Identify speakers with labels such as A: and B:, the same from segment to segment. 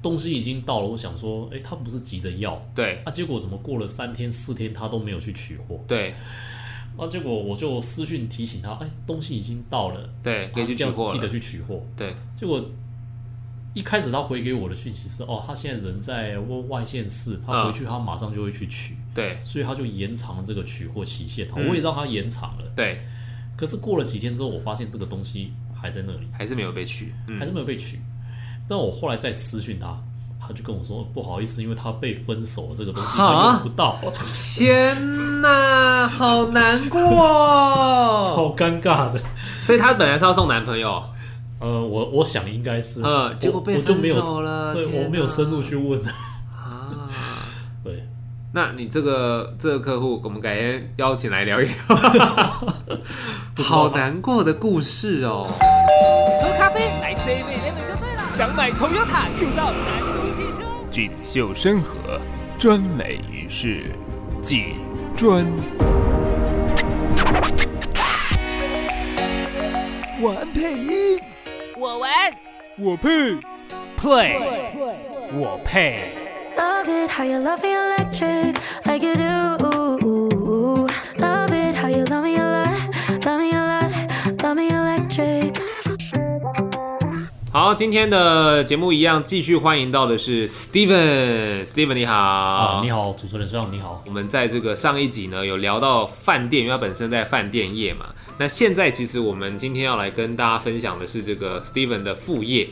A: 东西已经到了，我想说，哎，他不是急着要
B: 对
A: 啊？结果怎么过了三天四天，他都没有去取货？
B: 对
A: 啊，结果我就私讯提醒他，哎，东西已经到了，
B: 对，可以去取
A: 啊
B: 货
A: 要记得
B: 了。
A: 去取货。
B: 对
A: 结果一开始他回给我的讯息是，哦，他现在人在外外县市，他
B: 嗯
A: 回去他马上就会去取，
B: 对
A: 所以他就延长了这个取货期限，哦
B: 嗯
A: 我也让他延长了。
B: 对，
A: 可是过了几天之后，我发现这个东西还在那里，
B: 还是没有被取。
A: 还
B: 嗯，
A: 是没有被取。但我后来再私讯他，他就跟我说不好意思，因为他被分手了，这个东西他
B: 哈
A: 用不到，
B: 天哪，好难 过哦。
A: 超尴尬的。
B: 所以她本来是要送男朋友，
A: 呃，我我想应该是，
B: 呃，结果被
A: 我我就没
B: 分
A: 有，
B: 手了。
A: 对
B: 天
A: 我没有
B: 哪
A: 深入去问。
B: 啊。
A: 对，
B: 那你这个这个客户，我们改天邀请来聊一聊，
A: 不知道
B: 好
A: 他
B: 难过的故事哦。
C: 喝咖啡来 C 位 Eleven 就对了。想买 Toyota 就到南都汽车。
D: 锦绣山河，专美于世，锦专。我配音，
C: 我玩
D: 我配。
C: 对
D: Play，
C: 对。
D: 我配。
E: Love it how you love me electric, like you do. Love it how you love me a lot, love me a lot, love me electric.
B: 好，今天的节目一样，继续欢迎到的是 Steven，Steven 你好、
A: 啊，你好，主持人上你好。
B: 我们在这个上一集呢有聊到饭店，因为他本身在饭店业嘛。那现在其实我们今天要来跟大家分享的是这个 Steven 的副业，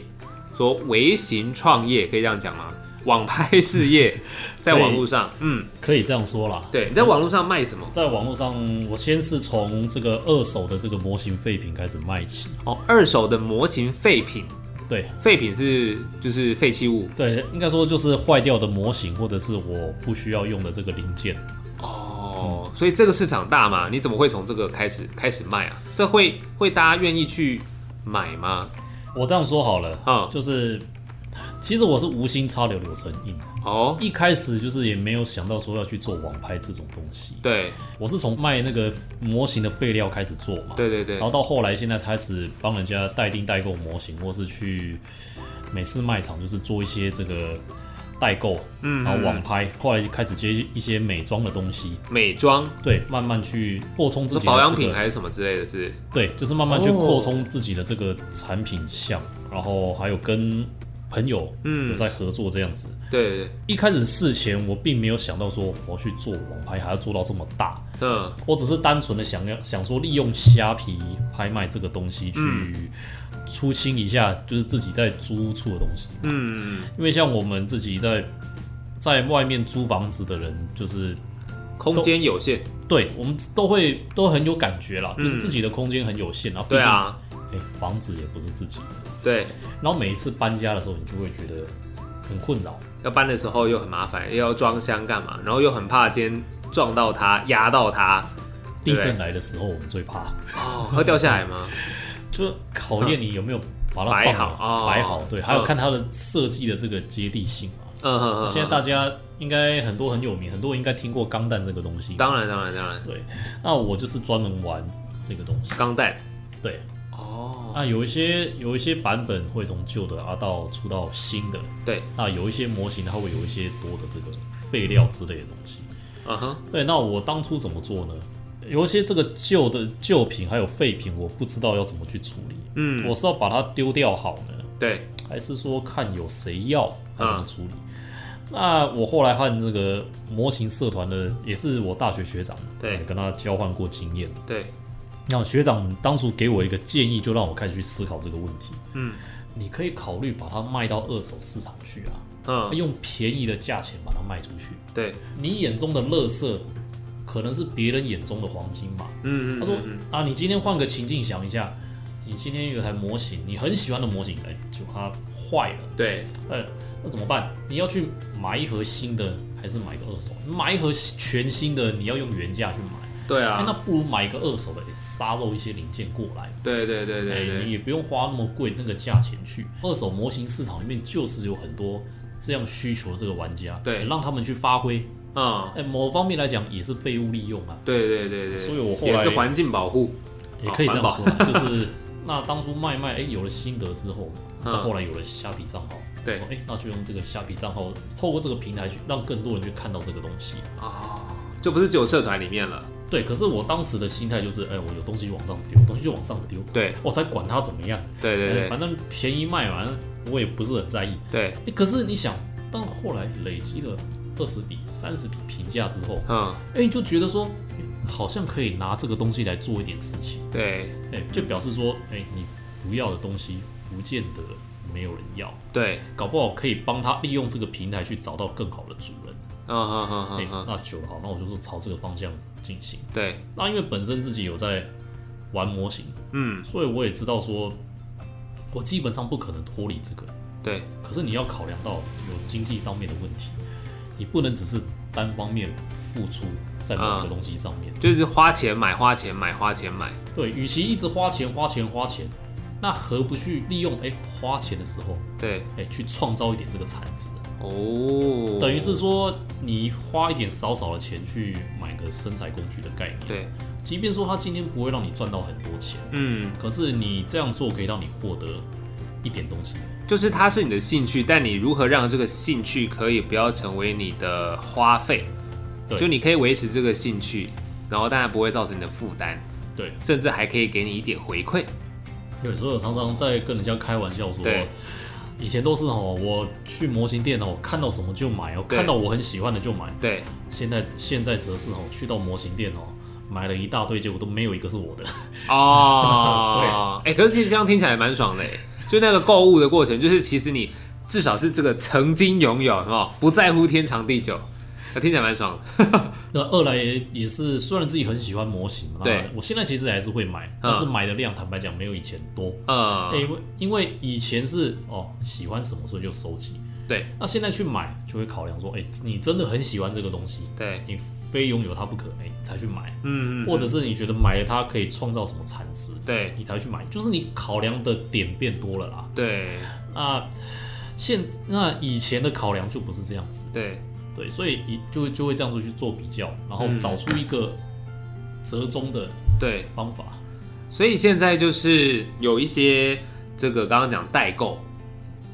B: 说微型创业可以这样讲吗？网拍事业， 在网络上，嗯，
A: 可以这样说啦。
B: 对，你在网络上卖什么？
A: 在网络上，我先是从这个二手的这个模型废品开始卖起。
B: 哦，二手的模型废品，
A: 对
B: 废品是就是废弃物
A: 对，应该说就是坏掉的模型，或者是我不需要用的这个零件。
B: 哦，所以这个市场大嘛，你怎么会从这个开始开始卖啊？这会会大家愿意去买吗？
A: 我这样说好了，
B: 嗯
A: 就是其实我是无心插柳柳成荫，
B: 哦，
A: 一开始就是也没有想到说要去做网拍这种东西。
B: 对
A: 我是从卖那个模型的废料开始做嘛，
B: 对对对
A: 然后，到后来现在开始帮人家代订代购模型，或是去美式卖场，就是做一些这个代购，嗯，然后网拍，后来就开始接一些美妆的东西，
B: 美妆、
A: 对，慢慢去扩充自
B: 是
A: 己的、这个、
B: 保养品还是什么之类的是，
A: 对，就是慢慢去
B: 哦
A: 扩充自己的这个产品项，然后还有跟朋友
B: 嗯
A: 有在合作这样子。
B: 对对对，
A: 一开始事前我并没有想到说我要去做网拍，还要做到这么大，
B: 嗯
A: 我只是单纯的想要想说利用虾皮拍卖这个东西
B: 嗯
A: 去出清一下，就是自己在租屋处的东西。
B: 嗯，
A: 因为像我们自己在在外面租房子的人，就是
B: 空间有限，
A: 对我们都会都很有感觉啦，
B: 嗯
A: 就是自己的空间很有限啊。
B: 对，啊，
A: 哎、房子也不是自己的，
B: 对，
A: 然后每一次搬家的时候，你就会觉得很困扰。
B: 要搬的时候又很麻烦，又要装箱干嘛，然后又很怕今天撞到它、压到它，
A: 地
B: 对
A: 震来的时候，我们最怕，
B: 哦，会掉下来 吗？
A: 就考验你有没有把它
B: 摆
A: 放
B: 好哦
A: 摆好，对，还有
B: 嗯
A: 看它的设计的这个接地性啊。
B: 嗯哼哼，
A: 现在大家应该很多很有名，很多人应该听过钢弹这个东西。
B: 当然当然当然，
A: 对，那我就是专门玩这个东西。
B: 钢弹，
A: 对，
B: 哦，
A: 那有一些有一些版本会从旧的啊到出到新的，
B: 对，
A: 那有一些模型它会有一些多的这个废料之类的东西。
B: 嗯哼，
A: 对，那我当初怎么做呢？有一些这个旧的旧品还有废品，我不知道要怎么去处理。
B: 嗯
A: 我是要把它丢掉好呢，
B: 对，
A: 还是说看有谁要他怎么处理？
B: 啊
A: 那我后来和那个模型社团的，也是我大学学长，
B: 对
A: 呃跟他交换过经验。
B: 对，
A: 那学长当初给我一个建议，就让我开始去思考这个问题。
B: 嗯
A: 你可以考虑把它卖到二手市场去啊，
B: 嗯，
A: 用便宜的价钱把它卖出去。
B: 对，
A: 你眼中的垃圾，可能是别人眼中的黄金吧。
B: 嗯嗯
A: 他说啊，你今天换个情境想一下，你今天有台模型，你很喜欢的模型，哎，就它坏了。
B: 对，
A: 呃，那怎么办？你要去买一盒新的，还是买个二手？买一盒全新的，你要用原价去买，
B: 对
A: 哎那
B: 啊，
A: 不如买一个二手的，哎杀漏一些零件过来。
B: 对对对对
A: 哎，你
B: 对，
A: 也不用花那么贵那个价钱去。二手模型市场里面就是有很多这样需求的这个玩家，
B: 对
A: 哎让他们去发挥。
B: 嗯，
A: 哎，某方面来讲也是废物利用啊，
B: 对对对对，
A: 所以我后
B: 也
A: 来
B: 是环境保护，
A: 也可以这样啊
B: 好环
A: 说，就是那当初卖卖，哎，有了心得之后，
B: 嗯
A: 再后来有了虾皮账号，
B: 对
A: 说哎、那就用这个虾皮账号，透过这个平台去让更多人去看到这个东西。
B: 哦，就不是只有社团里面了，
A: 对，可是我当时的心态就是，哎、我有东西就往上丢，东西就往上丢，哦
B: 对
A: 我才管它怎么样，
B: 对对
A: 哎
B: 对
A: 反正便宜卖完，我也不是很在意。
B: 对，
A: 哎、可是你想，当后来累积了二十笔、三十笔评价之后，
B: 嗯，
A: 哎、你就觉得说，哎好像可以拿这个东西来做一点事情，
B: 对
A: 哎、就表示说，哎、你不要的东西不见得没有人要，
B: 对，
A: 搞不好可以帮他利用这个平台去找到更好的主人。
B: 嗯哼哼
A: 哎、
B: 哼哼，
A: 那久了好，那我就是朝这个方向进行。
B: 对，
A: 那因为本身自己有在玩模型，
B: 嗯，
A: 所以我也知道说，我基本上不可能脱离这个。
B: 对
A: 可是你要考量到有经济上面的问题，你不能只是单方面付出在某
B: 嗯
A: 个东西上面。
B: 就是花钱买，花钱买，花钱买，
A: 对，与其一直花钱花钱花钱，那何不去利用哎、花钱的时候，
B: 对，
A: 哎、去创造一点这个产值？
B: 哦，
A: 等于是，说，你花一点少少的钱去买个生财工具的概念，，
B: 对，
A: 即便说它今天不会让你赚到很多钱，
B: 嗯，
A: 可是你这样做可以让你获得一点东西。
B: 就是它是你的兴趣，但你如何让这个兴趣可以不要成为你的花费？
A: 对
B: 就你可以维持这个兴趣，然后当然不会造成你的负担，
A: 对，
B: 甚至还可以给你一点回馈。
A: 有时候我常常在跟人家开玩笑说
B: 对，
A: 以前都是哦，我去模型店哦，看到什么就买哦，
B: 对
A: 看到我很喜欢的就买。
B: 对，
A: 现在现在则是哦，去到模型店哦，买了一大堆，结果都没有一个是我的。
B: 哦，哎、可是其实这样听起来蛮爽的耶，就那个购物的过程，就是其实你至少是这个曾经拥有，是吧？不在乎天长地久，听起来蛮爽的。
A: 那二来也也是，虽然自己很喜欢模型嘛，
B: 对嗯
A: 我现在其实还是会买，但是买的量坦白讲没有以前多。
B: 呃，
A: 因为因为以前是哦喜欢什么所以就收集，
B: 对
A: 那现在去买就会考量说，哎、你真的很喜欢这个东西，
B: 对，
A: 你非拥有它不可，哎、才去买，
B: 嗯，
A: 或者是你觉得买了它可以创造什么产值，
B: 对
A: 你才去买，就是你考量的点变多了啦。
B: 对
A: 那现那以前的考量就不是这样子，
B: 对，
A: 对，所以一就会就会这样子去做比较，然后
B: 嗯
A: 找出一个折中的
B: 对，
A: 方法。
B: 所以现在就是有一些这个刚刚讲代购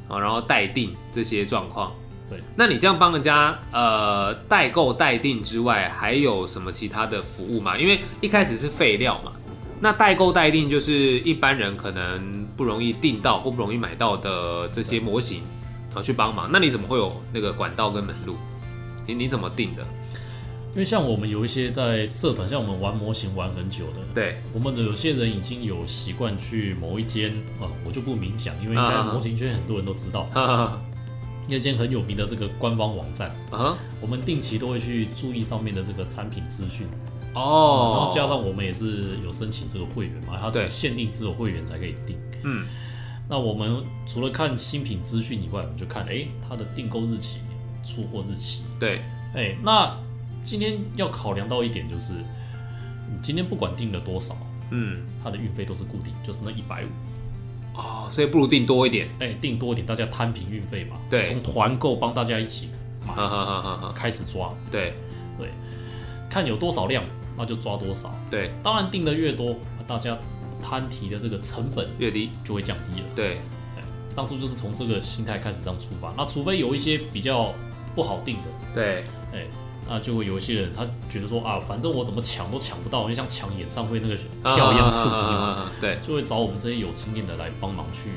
B: 啊，然后代订这些状况。
A: 对，
B: 那你这样帮人家呃代购代订之外，还有什么其他的服务吗？因为一开始是废料嘛，那代购代订就是一般人可能不容易订到或不容易买到的这些模型，然后去帮忙。那你怎么会有那个管道跟门路？你你怎么定的？
A: 因为像我们有一些在社团，像我们玩模型玩很久的，
B: 对
A: 我们的有些人已经有习惯去某一间啊，我就不明讲，因为应该
B: 啊
A: 模型圈很多人都知道，
B: 哈哈哈，
A: 那间很有名的这个官方网站，
B: 嗯哼，
A: 我们定期都会去注意上面的这个产品资讯，然
B: 哦，
A: 后加上我们也是有申请这个会员嘛，它
B: 对
A: 只限定只有会员才可以订。
B: 嗯，
A: 那我们除了看新品资讯以外，我们就看哎、诶它的订购日期、出货日期。
B: 对
A: 哎、那今天要考量到一点就是，你今天不管订了多少，
B: 嗯。
A: 它的运费都是固定，就是那一百五。
B: 哦，所以不如定多一点。
A: 哎，订多一点，大家摊平运费嘛。
B: 对
A: 从团购帮大家一起
B: 哈
A: 买，
B: 哈哈哈哈，
A: 开始抓，
B: 对
A: 对，看有多少量，那就抓多少。
B: 对，
A: 当然订的越多，大家摊提的这个成本
B: 越低，
A: 就会降低了。
B: 对
A: 当初就是从这个心态开始这样出发。那除非有一些比较不好定的，
B: 对
A: 哎、那就会有一些人他觉得说啊，反正我怎么抢都抢不到，就像抢演唱会那个票一样刺激
B: 啊啊啊
A: 嘛，
B: 啊啊对，
A: 就会找我们这些有经验的来帮忙去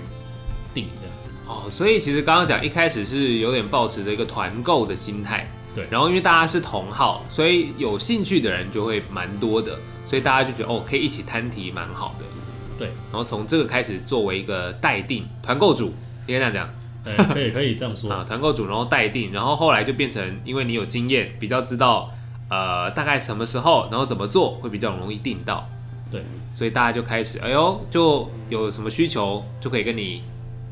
A: 定这样 子。
B: 哦，所以其实刚刚讲一开始是有点抱持着一个团购的心态，
A: 对
B: 然后因为大家是同号，所以有兴趣的人就会蛮多的，所以大家就觉得哦，可以一起摊题，蛮好的。
A: 对，
B: 然后从这个开始作为一个待定团购组，应该这样讲。
A: 哎、可以可以这样说。
B: 啊，团购组，然后待定，然后后来就变成，因为你有经验，比较知道，呃，大概什么时候，然后怎么做会比较容易订到，
A: 对，
B: 所以大家就开始，哎呦，就有什么需求就可以跟你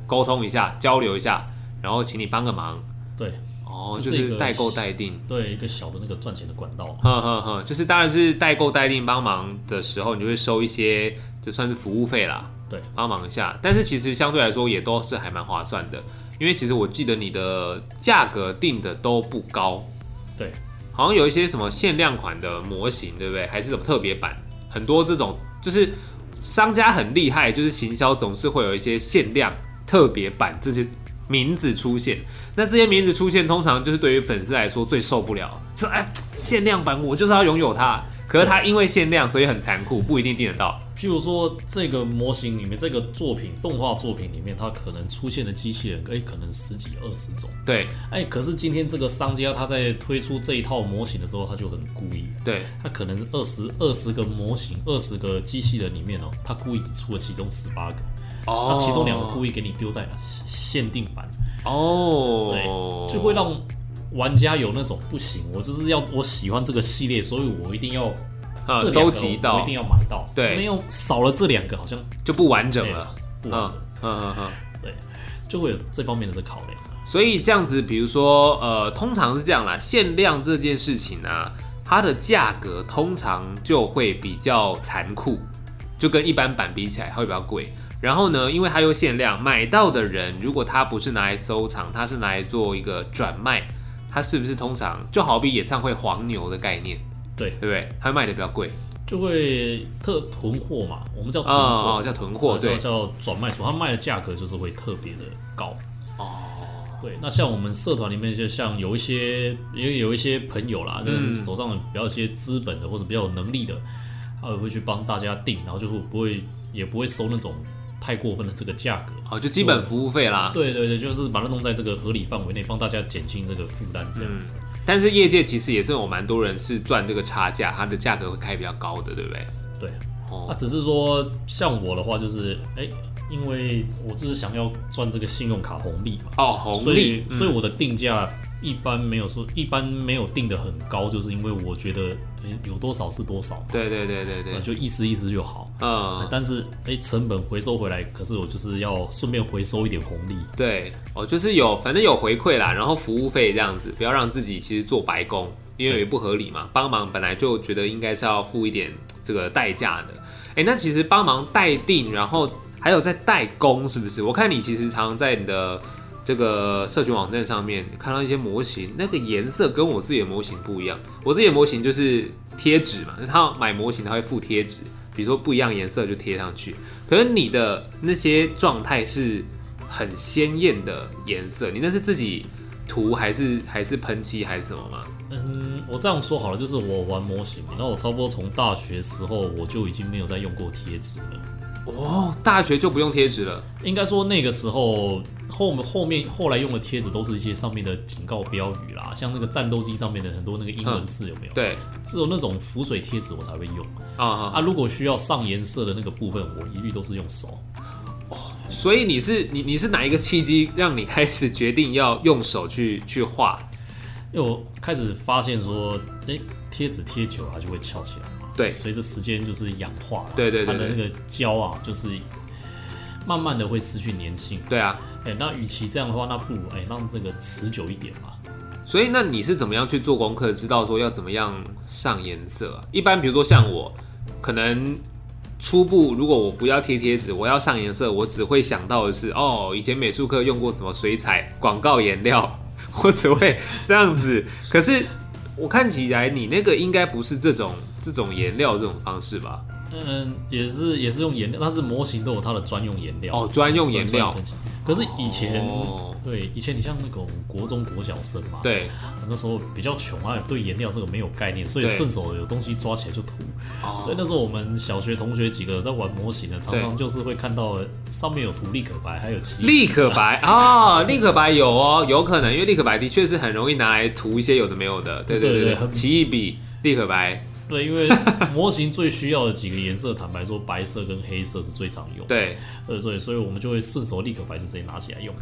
B: 沟通一下，交流一下，然后请你帮个忙，
A: 对
B: 哦，
A: 这
B: 就是
A: 一个
B: 是嗯代购代订，
A: 对，一个小的那个赚钱的管道嘛。
B: 呵呵呵，就是当然是代购代订帮忙的时候，你就会收一些，这算是服务费啦，
A: 对，
B: 帮忙一下，但是其实相对来说也都是还蛮划算的，因为其实我记得你的价格定的都不高，
A: 对，
B: 好像有一些什么限量款的模型，对不对？还是什么特别版，很多这种就是商家很厉害，就是行销总是会有一些限量、特别版这些名字出现。那这些名字出现，通常就是对于粉丝来说最受不了，说哎，限量版我就是要拥有它。可是它因为限量，所以很残酷，不一定订得到。
A: 譬如说这个模型里面，这个作品动画作品里面，它可能出现的机器人，哎、可能十几二十种。
B: 对
A: 哎、可是今天这个商家他在推出这一套模型的时候，他就很故意，
B: 对，
A: 他可能二十二十个模型、二十个机器人里面哦，他故意只出了其中十八个，那、
B: 哦
A: 其中两个故意给你丢在限定版，对，
B: 哦，
A: 就会让玩家有那种不行，我就是要我喜欢这个系列，所以我一定要
B: 啊
A: 这两个
B: 收集
A: 我一
B: 到
A: 定要买到，
B: 对
A: 没有少了这两个好像
B: 就不完整了。
A: 对不完
B: 嗯
A: 整，
B: 嗯嗯嗯。
A: 对，就会有这方面的这考量。
B: 所以这样子，比如说，呃，通常是这样啦，限量这件事情啊，它的价格通常就会比较残酷，就跟一般版比起来，它会比较贵。然后呢，因为它又限量，买到的人如果他不是拿来收藏，他是拿来做一个转卖，他是不是通常就好比演唱会黄牛的概念，
A: 对，
B: 对不对？它卖的比较贵，
A: 就会特囤货嘛，我们叫囤
B: 哦
A: 货
B: 哦，，叫囤货，
A: 叫
B: 对，
A: 叫转卖出，它卖的价格就是会特别的高。哦，对，那像我们社团里面，就像有一些，因为有一些朋友啦，就是手上比较有一些资本的或者比较有能力的，他也会去帮大家订，然后就会不会也不会收那种太过分的这个价格。
B: 哦，就基本服务费啦。
A: 对对对，就是把它弄在这个合理范围内，帮大家减轻这个负担，这样子。
B: 但是业界其实也是有蛮多人是赚这个差价，它的价格会开比较高的，对不对？
A: 对，
B: 哦
A: 啊，只是说像我的话，就是哎、因为我就是想要赚这个信用卡红利嘛，
B: 哦，红
A: 所以
B: 利，，
A: 所以我的定价一般没有说，一般没有定的很高，就是因为我觉得，诶有多少是多少嘛，
B: 对对对对对，
A: 呃就意思意思就好。
B: 嗯，
A: 但是，诶成本回收回来，可是我就是要顺便回收一点红利。
B: 对，哦，就是有，反正有回馈啦，然后服务费这样子，不要让自己其实做白工，因为也不合理嘛。帮忙本来就觉得应该是要付一点这个代价的。哎，那其实帮忙代订，然后还有在代工，是不是？我看你其实常在你的这个社群网站上面看到一些模型，那个颜色跟我自己的模型不一样。我自己的模型就是贴纸嘛，他买模型他会附贴纸，比如说不一样颜色就贴上去。可是你的那些状态是很鲜艳的颜色，你那是自己涂还是还是喷漆还是什么吗？
A: 嗯，我这样说好了，就是我玩模型嘛，那我差不多从大学时候我就已经没有再用过贴纸了。
B: 哦，大学就不用贴纸了。
A: 应该说那个时候后后面后来用的贴纸都是一些上面的警告标语啦，像那个战斗机上面的很多那个英文字有没有？，
B: 对，
A: 只有那种浮水贴纸我才会用
B: 啊、
A: 啊。如果需要上颜色的那个部分，我一律都是用手。
B: 所以你是你你是哪一个契机让你开始决定要用手去去画？
A: 因为我开始发现说，哎、贴纸贴久了它就会翘起来嘛。
B: 对
A: 随着时间就是氧化啦，
B: 对对对
A: 它的
B: 对
A: 那个胶啊，就是慢慢的会失去粘性。
B: 对啊，
A: 哎、那与其这样的话，那不如哎、让这个持久一点嘛。
B: 所以那你是怎么样去做功课，知道说要怎么样上颜色啊？一般比如说像我，可能初步如果我不要贴贴纸，我要上颜色，我只会想到的是哦，以前美术课用过什么水彩、广告颜料， 我只会这样子。可是我看起来你那个应该不是这种这种颜料这种方式吧？
A: 嗯，也是也是用颜料，但是模型都有它的专用颜料
B: 哦，专用颜
A: 专
B: 料
A: 专，用可是以前、
B: 哦
A: 对以前你像那种国中国小生嘛，，
B: 对，
A: 那时候比较穷啊，对颜料这个没有概念，所以
B: 对
A: 顺手有东西抓起来就涂。
B: 哦
A: 所以那时候我们小学同学几个在玩模型的，啊常
B: 对
A: 常就是会看到上面有涂立可白，还有漆。
B: 立可白啊、哦，立可白有哦，有可能，因为立可白的确是很容易拿来涂一些有的没有的，对
A: 对
B: 对
A: 对很
B: 奇异笔、立可白，
A: 对，因为模型最需要的几个颜色，坦白说，白色跟黑色是最常用。
B: 对，
A: 对，所以所以我们就会顺手立可白就直接拿起来 用。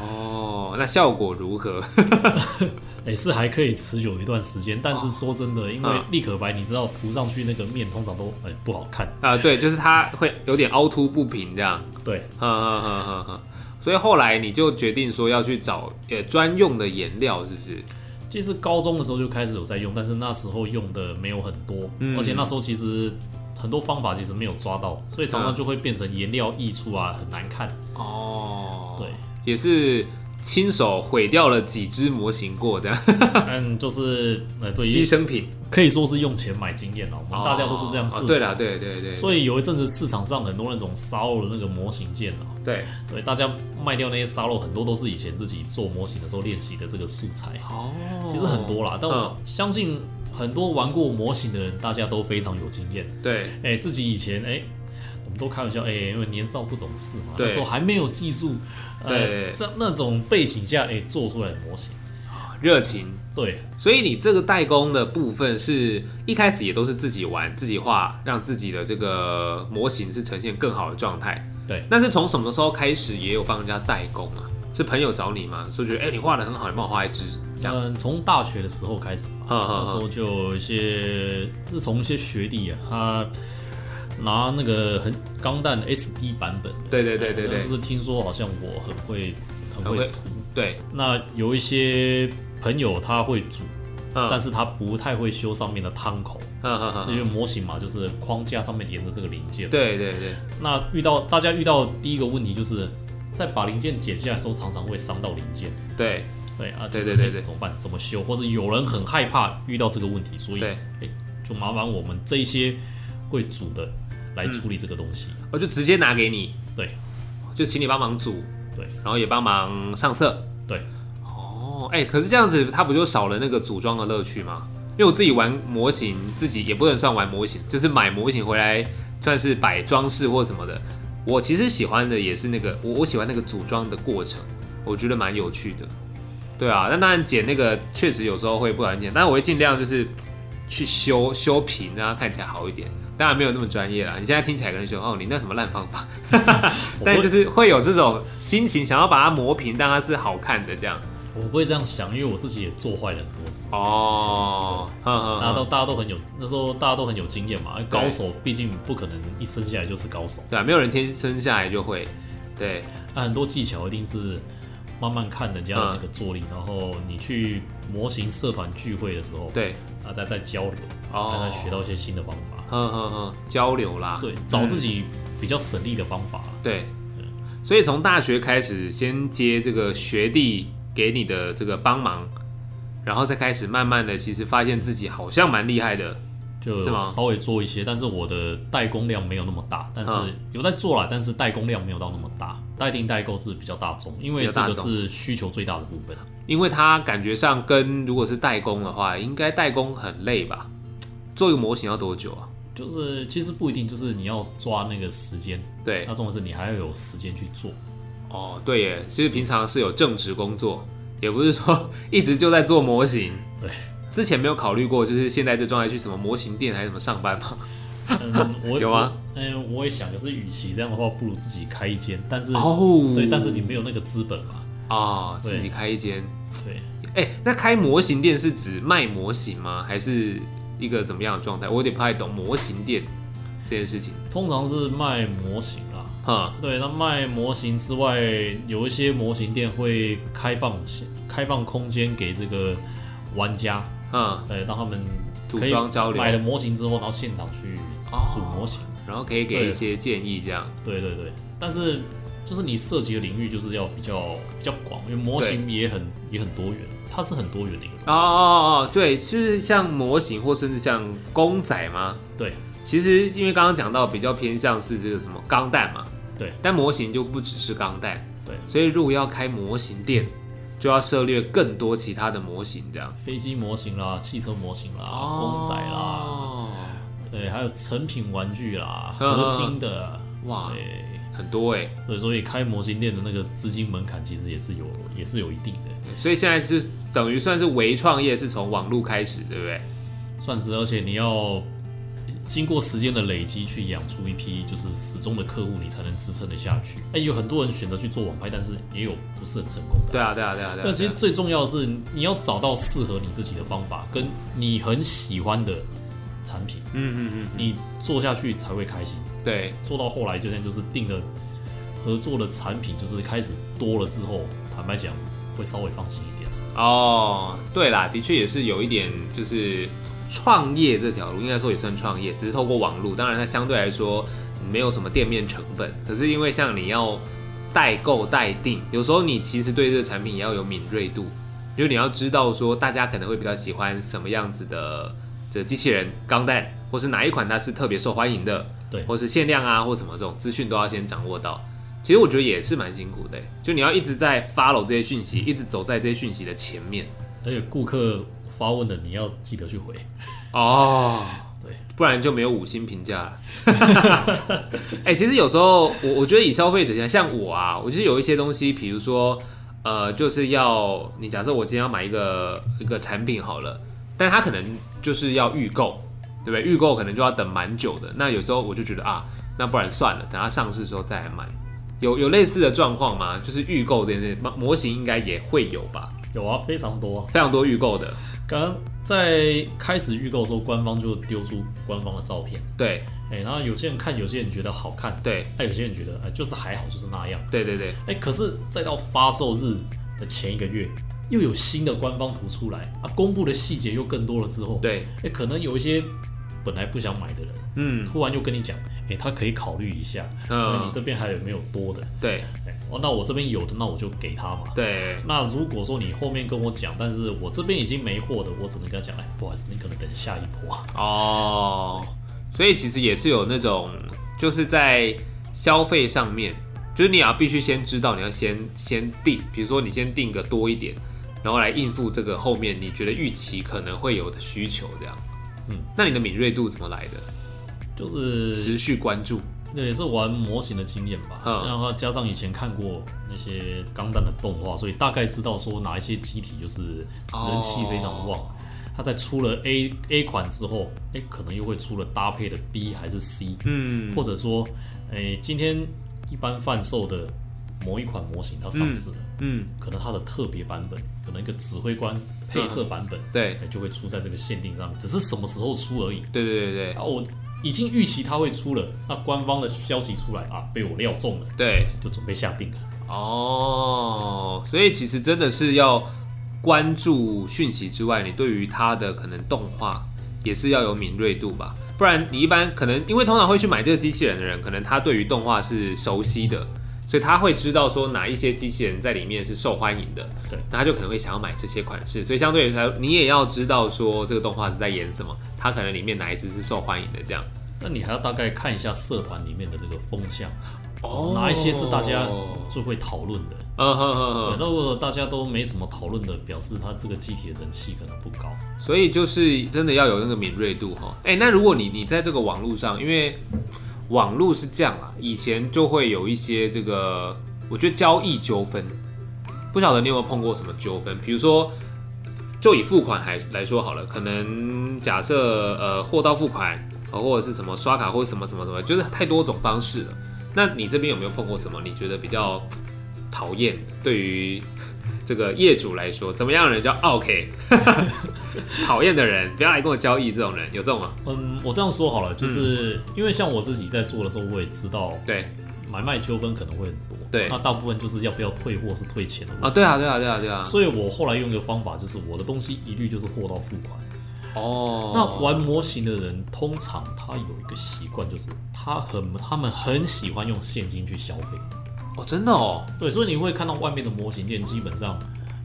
B: 哦，那效果如何？
A: 也、哎是还可以持久一段时间，但是说真的，因为
B: 哦嗯
A: 立可白，你知道涂上去那个面通常都哎、不好看，
B: 啊、对，就是它会有点凹凸不平这样，
A: 对
B: 哼哼哼哼哼。所以后来你就决定说要去找呃专用的颜料，是不是？
A: 其实高中的时候就开始有在用，但是那时候用的没有很多，
B: 嗯
A: 而且那时候其实很多方法其实没有抓到，所以常常
B: 嗯
A: 就会变成颜料溢出啊，很难看。
B: 哦，
A: 对，
B: 也是亲手毁掉了几只模型过，这样
A: 但就是呃，对，
B: 牺牲品。
A: 可以说是用钱买经验了。我们大家都是这样
B: 哦
A: 自、
B: 哦对啦，，对对对，
A: 所以有一阵子市场上很多那种沙漏的那个模型件啊，
B: 对
A: 对，大家卖掉那些沙漏，很多都是以前自己做模型的时候练习的这个素材，
B: 哦，嗯
A: 其实很多啦。但我相信很多玩过模型的人，大家都非常有经验。
B: 对
A: 哎、自己以前哎、我们都开玩笑，哎、因为年少不懂事嘛，
B: 对
A: 那时候还没有技术，
B: 对
A: 呃，这那种背景下，哎、做出来的模型，
B: 热情。
A: 对，
B: 所以你这个代工的部分是一开始也都是自己玩自己画，让自己的这个模型是呈现更好的状态。
A: 对
B: 那是从什么时候开始也有帮人家代工啊？是朋友找你吗？说觉得哎、你画的很好，你帮我画一只这样。
A: 嗯，从大学的时候开始吧，
B: 哈哈哈
A: 那时候就有一些是从一些学弟啊，他拿那个很钢弹 SD 版本的，
B: 对对对对
A: 但
B: 对
A: 是听说好像我很会很
B: 很会
A: 会涂，
B: 对，
A: 那有一些朋友他会煮，
B: 嗯
A: 但是他不太会修上面的汤口，
B: 嗯嗯嗯
A: 因为
B: 嗯，
A: 模型嘛，就是框架上面沿着这个零件，，
B: 对对对，
A: 那遇到大家遇到第一个问题就是。在把零件剪下来的时候，常常会伤到零件。
B: 对
A: 对啊，
B: 对
A: 就是
B: 对对对
A: 怎么办？怎么修？或者有人很害怕遇到这个问题，所以
B: 对
A: 哎、就麻烦我们这一些会煮的来处理这个东西。
B: 我就直接拿给你，
A: 对
B: 就请你帮忙组，
A: 对
B: 然后也帮忙上色。
A: 对，
B: 哦，哎、可是这样子，它不就少了那个组装的乐趣吗？因为我自己玩模型，自己也不能算玩模型，就是买模型回来算是摆装饰或什么的。我其实喜欢的也是那个，我我喜欢那个组装的过程，我觉得蛮有趣的。对啊，那当然剪那个确实有时候会不小心剪，但我会尽量就是去修修平，让它看起来好一点。当然没有那么专业啦，你现在听起来可能觉得哦，你那什么烂方法，
A: 我
B: 但
A: 不会，
B: 就是会有这种心情，想要把它磨平，让它是好看的这样。
A: 我不会这样想，因为我自己也做坏了很多次。
B: 哦，
A: 大家
B: 呵
A: 都
B: 呵，
A: 大家都很有那时候大家都很有经验嘛，哎高手毕竟不可能一生下来就是高手，
B: 对啊，没有人天生下来就会，对
A: 那很多技巧一定是慢慢看人家的那个做力，然后你去模型社团聚会的时候，
B: 对，
A: 啊，再再交流，
B: 哦
A: 大家学到一些新的方法。
B: 呵呵呵，交流啦，
A: 对，找自己嗯比较省力的方法。
B: 对，所以从大学开始，先接这个学弟给你的这个帮忙，然后再开始慢慢的，其实发现自己好像蛮厉害的，
A: 就是有
B: 吗
A: 稍微做一些，但是我的代工量没有那么大，但是
B: 嗯
A: 有在做啦，但是代工量没有到那么大。代订代购是比较大众，因为
B: 比较
A: 这
B: 大
A: 个
B: 众
A: 是需求最大的部分。
B: 因为他感觉上跟如果是代工的话，应该代工很累吧？做一个模型要多久啊？
A: 就是其实不一定，就是你要抓那个时间，
B: 对
A: 那，重要是你还要有时间去做。
B: 哦，对耶，其实平常是有正职工作，也不是说 一直就在做模型。
A: 对，
B: 之前没有考虑过，就是现在这状态去什么模型店还是什么上班吗？
A: 嗯，我
B: 有啊，
A: 我嗯，我也想，可是与其这样的话，不如自己开一间。但是
B: 哦
A: 对，但是你没有那个资本嘛，
B: 哦，自
A: 对
B: 己开一间。
A: 对。
B: 哎、那开模型店是指卖模型吗？还是一个怎么样的状态？我有点不太懂模型店这件事情。
A: 通常是卖模型啦，
B: 哈，
A: 对，那卖模型之外，有一些模型店会开放开放空间给这个玩家，
B: 嗯，
A: 对，让他们
B: 组
A: 可以
B: 装交流
A: 买了模型之后，然后现场去
B: 哦
A: 组模型。
B: 然后可以给
A: 对
B: 一些建议这样。
A: 对对对，但是就是你涉及的领域就是要比较比较广，因为模型也很也很多元，它是很多元的一个东西。
B: 哦哦哦，对，就是像模型或甚至像公仔吗？
A: 对
B: 其实因为刚刚讲到比较偏向是这个什么钢弹嘛，
A: 对
B: 但模型就不只是钢弹，
A: 对，
B: 所以如果要开模型店，就要涉猎更多其他的模型这样。
A: 飞机模型啦，汽车模型啦，啊公仔啦，
B: 哦，
A: 对，还有成品玩具啦，
B: 嗯
A: 合金的，
B: 哇，
A: 对。
B: 很多哎、
A: 对，所以开模型店的那个资金门槛其实也是有，也是有一定的，
B: 所以现在是等于算是微创业，是从网络开始，对不对？
A: 算是，而且你要经过时间的累积去养出一批就是始终的客户，你才能支撑得下去。那有很多人选择去做网拍，但是也有不是很成功的。
B: 对啊，对啊，对啊，对啊。
A: 但其实
B: 对啊
A: 最重要的是，你要找到适合你自己的方法，跟你很喜欢的产品，
B: 嗯嗯
A: 你做下去才会开心。
B: 嗯，对，
A: 做到后来，就像就是定的合作的产品，就是开始多了之后，坦白讲会稍微放心一点。
B: 哦，对啦，的确也是有一点，就是创业这条路，应该说也算创业，只是透过网络。当然，它相对来说没有什么店面成本，可是因为像你要代购代订，有时候你其实对这个产品也要有敏锐度，就是你要知道说大家可能会比较喜欢什么样子的这机器人钢弹，或是哪一款它是特别受欢迎的，
A: 对
B: 或是限量啊或什么这种资讯都要先掌握到。其实我觉得也是蛮辛苦的，欸就你要一直在 follow 这些讯息，一直走在这些讯息的前面
A: 而且顾客发问的你要记得去回。
B: 哦。
A: 对，
B: 不然就没有五星评价了。哎、其实有时候我我觉得以消费者像像我啊，我就是有一些东西，比如说呃，就是要你假设我今天要买一个一个产品好了，但是它可能就是要预购，对不对？预购可能就要等蛮久的。那有时候我就觉得啊，那不然算了，等它上市之后再来买。有有类似的状况吗？就是预购这件事，模模型应该也会有吧，
A: 有啊，非常多啊、
B: 非常多预购的。
A: 刚刚在开始预购的时候，官方就丢出官方的照片，
B: 对
A: 哎、然后有些人看，有些人觉得好看，，
B: 对
A: 那有些人觉得哎、就是还好，就是那样，
B: 对对对，
A: 哎、可是再到发售日的前一个月，又有新的官方图出来啊，公布的细节又更多了之后，，
B: 对，
A: 哎、可能有一些本来不想买的人，
B: 嗯
A: 突然就跟你讲，哎、他可以考虑一下，那
B: 嗯
A: 你，这边还有没有多的？
B: 对
A: 哎、哦，那我这边有的，那我就给他嘛。
B: 对。
A: 那如果说你后面跟我讲，但是我这边已经没货的，我只能跟他讲，哎，不好意思，你可能等下一波 啊。
B: 哦，所以其实也是有那种，就是在消费上面，就是你也要必须先知道，你要先先定，比如说你先定个多一点，然后来应付这个后面你觉得预期可能会有的需求，这样。
A: 嗯，
B: 那你的敏锐度怎么来的？
A: 就是
B: 持续关注。
A: 那也是玩模型的经验吧，
B: 嗯
A: 然后加上以前看过那些钢弹的动画，所以大概知道说哪一些机体就是人气非常旺。
B: 哦
A: 它在出了 A A 款之后，哎，可能又会出了搭配的 B 还是 C，
B: 嗯，
A: 或者说，哎，今天一般贩售的某一款模型它上市了，
B: 嗯，
A: 可能它的特别版本，可能一个指挥官配色版本，
B: 对
A: 哎，就会出在这个限定上面，只是什么时候出而已。
B: 对对对
A: 啊，我已经预期它会出了，那官方的消息出来啊，被我料中了，
B: 对对，
A: 就准备下定了。
B: 哦，所以其实真的是要关注讯息之外，你对于它的可能动画也是要有敏锐度吧，不然你一般可能因为通常会去买这个机器人的人，可能他对于动画是熟悉的，所以他会知道说哪一些机器人在里面是受欢迎的，
A: 对
B: 那他就可能会想要买这些款式，所以相对来说你也要知道说这个动画是在演什么，它可能里面哪一只是受欢迎的这样。
A: 那你还要大概看一下社团里面的这个风向，哪一些是大家最会讨论的。
B: 嗯哼哼
A: 对
B: 哼，
A: 那如果大家都没什么讨论的，表示它这个机体的人气可能不高。
B: 所以就是真的要有那个敏锐度哈。哎、那如果你你在这个网络上，因为网络是这样啊，以前就会有一些这个，我觉得交易纠纷，不晓得你有没有碰过什么纠纷？比如说，就以付款还来说好了，可能假设呃货到付款，呃或者是什么刷卡或者什么什么什么，就是太多种方式了。那你这边有没有碰过什么你觉得比较讨厌？对于这个业主来说，怎么样的人叫啊 OK？讨厌的人，不要来跟我交易，这种人有这种吗？
A: 嗯，我这样说好了，就是、
B: 嗯
A: 因为像我自己在做的时候，我也知道
B: 对
A: 买卖纠纷可能会很多。
B: 对
A: 那大部分就是要不要退货是退钱的问题。
B: 啊，对啊，对啊，对啊，对啊。
A: 所以我后来用一个方法，就是我的东西一律就是货到付款。
B: 哦，
A: 那玩模型的人，通常他有一个习惯，就是他很他们很喜欢用现金去消费。
B: 哦，真的哦，
A: 对，所以你会看到外面的模型店，基本上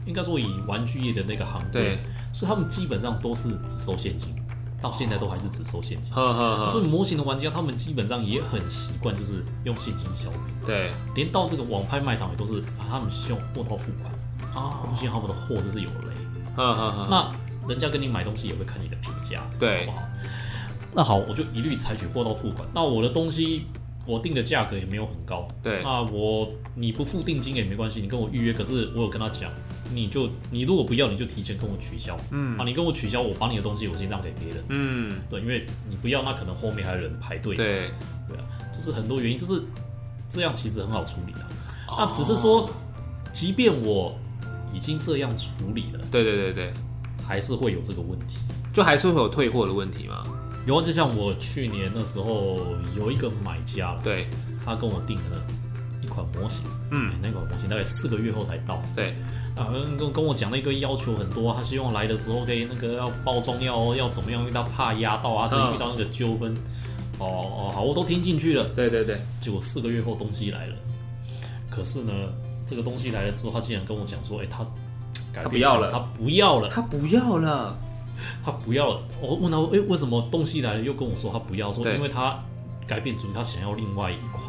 A: 应该说以玩具业的那个行
B: 对
A: 业，所以他们基本上都是只收现金，到现在都还是只收现金。
B: 呵呵
A: 所
B: 呵，
A: 以模型的玩家，他们基本上也很习惯，就是用现金消费，
B: 对，
A: 连到这个网拍卖场也都是把他们希望货到付款，
B: 哦，
A: 不信他们的货就是有雷。
B: 呵呵呵，
A: 那人家跟你买东西也会看你的评价，
B: 对
A: 好不好？那好，我就一律采取货到付款。那我的东西我定的价格也没有很高，
B: 对
A: 那我你不付定金也没关系，你跟我预约，可是我有跟他讲，你就你如果不要，你就提前跟我取消，嗯，啊，你跟我取消，我把你的东西我先让给别人，
B: 嗯，
A: 对，因为你不要，那可能后面还有人排队，
B: 对，
A: 对啊，就是很多原因，就是这样其实很好处理啊。
B: 哦
A: 那只是说，即便我已经这样处理了，
B: 对对对对，
A: 还是会有这个问题。
B: 就还是会有退货的问题嘛？
A: 有啊，就像我去年那时候有一个买家了，
B: 对
A: 他跟我订了一款模型，
B: 嗯
A: 哎那款模型大概四个月后才到，
B: 对，
A: 啊，跟跟我讲了一堆要求很多，他希望来的时候可以那个要包装要要怎么样，因为他怕压到啊，自
B: 嗯
A: 己遇到那个纠纷，哦哦好，我都听进去了，
B: 对对对，
A: 结果四个月后东西来了，可是呢，这个东西来了之后，他竟然跟我讲说，哎、他改
B: 他不
A: 变
B: 要
A: 想
B: 了
A: 他不要了，
B: 他不要了，
A: 他不要了。我问他，哎、为什么东西来了又跟我说他不要？说
B: 对
A: 因为他改变主意，他想要另外一款。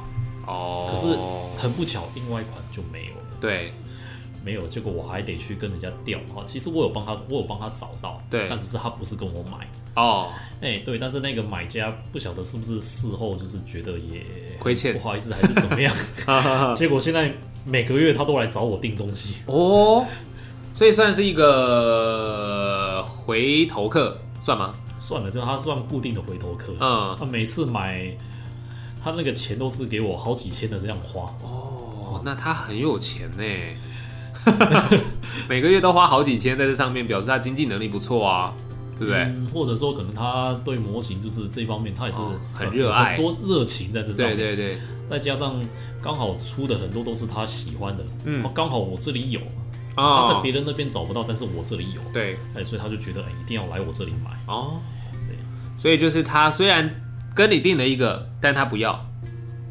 B: 哦，
A: 可是很不巧，另外一款就没有了，
B: 对
A: 没有。结果我还得去跟人家调啊。其实我有帮他，我有帮他找到，
B: 对
A: 但只是他不是跟我买。
B: 哦，
A: 哎、对，但是那个买家不晓得是不是事后就是觉得也
B: 亏欠
A: 不好意思还是怎 么样，
B: 哈哈哈
A: 结果现在每个月他都来找我订东西，
B: 哦，所以算是一个回头客，算吗？
A: 算了，就他算固定的回头客，
B: 嗯
A: 他每次买他那个钱都是给我好几千的这样花，
B: 哦，那他很有钱呢， 每个月都花好几千在这上面，表示他经济能力不错啊，对不对？
A: 嗯，或者说可能他对模型就是这方面他也是
B: 哦很热爱
A: 很多热情在这上
B: 对
A: 面，
B: 对对，
A: 再加上刚好出的很多都是他喜欢的，
B: 嗯
A: 然后刚好我这里有，
B: 啊
A: 他在别人那边找不到，但是我这里有，
B: 对
A: 哎，所以他就觉得哎、一定要来我这里买。
B: 哦
A: 对，
B: 所以就是他虽然跟你订了一个，但他不要，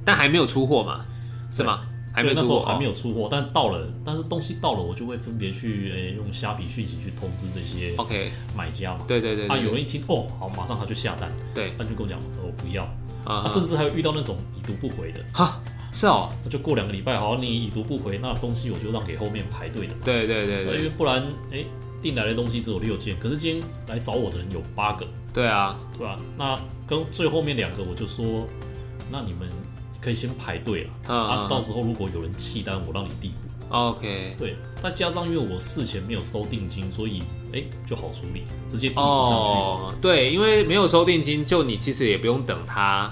B: 但还没有出货嘛，是吗？还没
A: 对
B: 有
A: 那
B: 出
A: 时
B: 货
A: 候
B: 哦，
A: 还没有出货，但到了，但是东西到了，我就会分别去诶、用虾皮讯息去通知这些
B: OK，
A: 买家嘛。
B: 对对对，
A: 啊，
B: 对
A: 有人一听哦，好，马上他就下单，
B: 对
A: 他就跟我讲，呃我不要。
B: 啊
A: 啊，甚至还有遇到那种已读不回的，
B: 哈是哦，
A: 那就过两个礼拜，好，你已读不回，那东西我就让给后面排队的嘛。
B: 对对对
A: 因为
B: 对
A: 不然，哎、订来的东西只有六件，可是今天来找我的人有八个，
B: 对啊，
A: 对吧、那跟最后面两个，我就说，那你们可以先排队了，
B: 嗯
A: 啊
B: 嗯，
A: 到时候如果有人弃单，我让你递补。
B: 哦 OK，
A: 对，再加上因为我事前没有收定金，所以哎、就好处理，直接递补上去。
B: 哦，对，因为没有收定金，就你其实也不用等他，